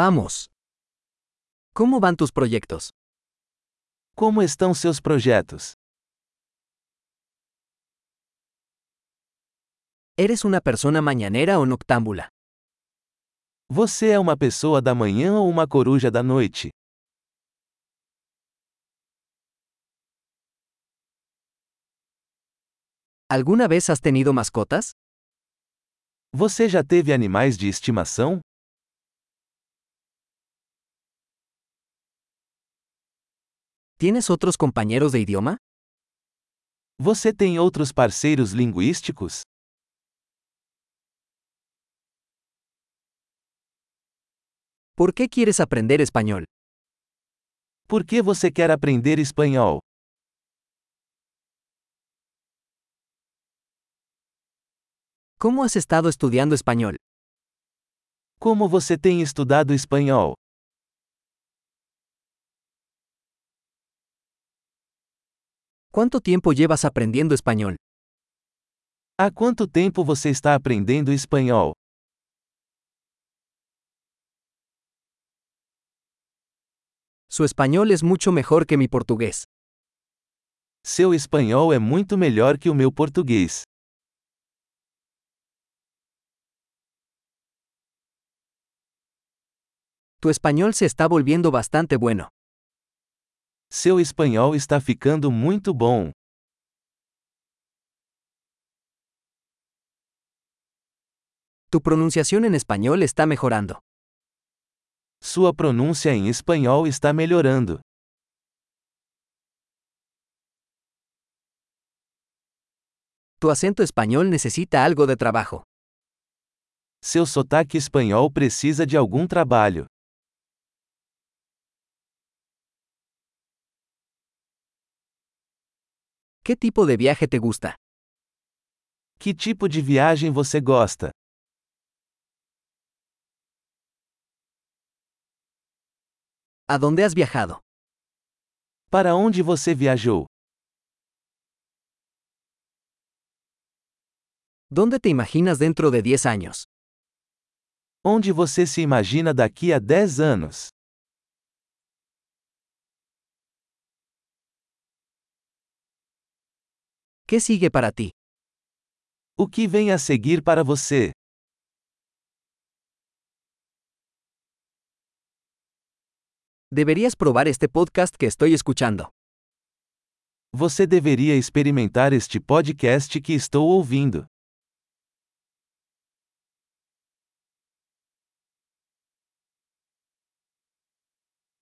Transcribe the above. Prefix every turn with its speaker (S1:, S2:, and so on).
S1: Vamos. ¿Cómo van tus proyectos?
S2: Como estão seus projetos?
S1: ¿Eres una persona mañanera o noctámbula?
S2: Você é uma pessoa da manhã ou uma coruja da noite?
S1: ¿Alguna vez has tenido mascotas?
S2: Você já teve animais de estimação?
S1: ¿Tienes otros compañeros de idioma?
S2: Você tem outros parceiros linguísticos?
S1: ¿Por qué quieres aprender español?
S2: Por que você quer aprender espanhol?
S1: ¿Cómo has estado estudiando español?
S2: Como você tem estudado espanhol?
S1: ¿Cuánto tiempo llevas aprendiendo español?
S2: Há quanto tempo você está aprendendo espanhol?
S1: Su español es mucho mejor que mi portugués.
S2: Seu espanhol é muito melhor que o meu português.
S1: Tu español se está volviendo bastante bueno.
S2: Seu espanhol está ficando muito bom.
S1: Tu pronunciación en español está mejorando.
S2: Sua pronúncia em espanhol está melhorando.
S1: Tu acento español necesita algo de trabajo.
S2: Seu sotaque espanhol precisa de algum trabalho.
S1: ¿Qué tipo de viaje te gusta?
S2: Que tipo de viagem você gosta?
S1: ¿A dónde has viajado?
S2: Para onde você viajou?
S1: ¿Dónde te imaginas dentro de 10 años?
S2: Onde você se imagina daqui a 10 anos?
S1: ¿Qué sigue para ti?
S2: O que vem a seguir para você?
S1: Deberías probar este podcast que estoy escuchando.
S2: Você deveria experimentar este podcast que estou ouvindo.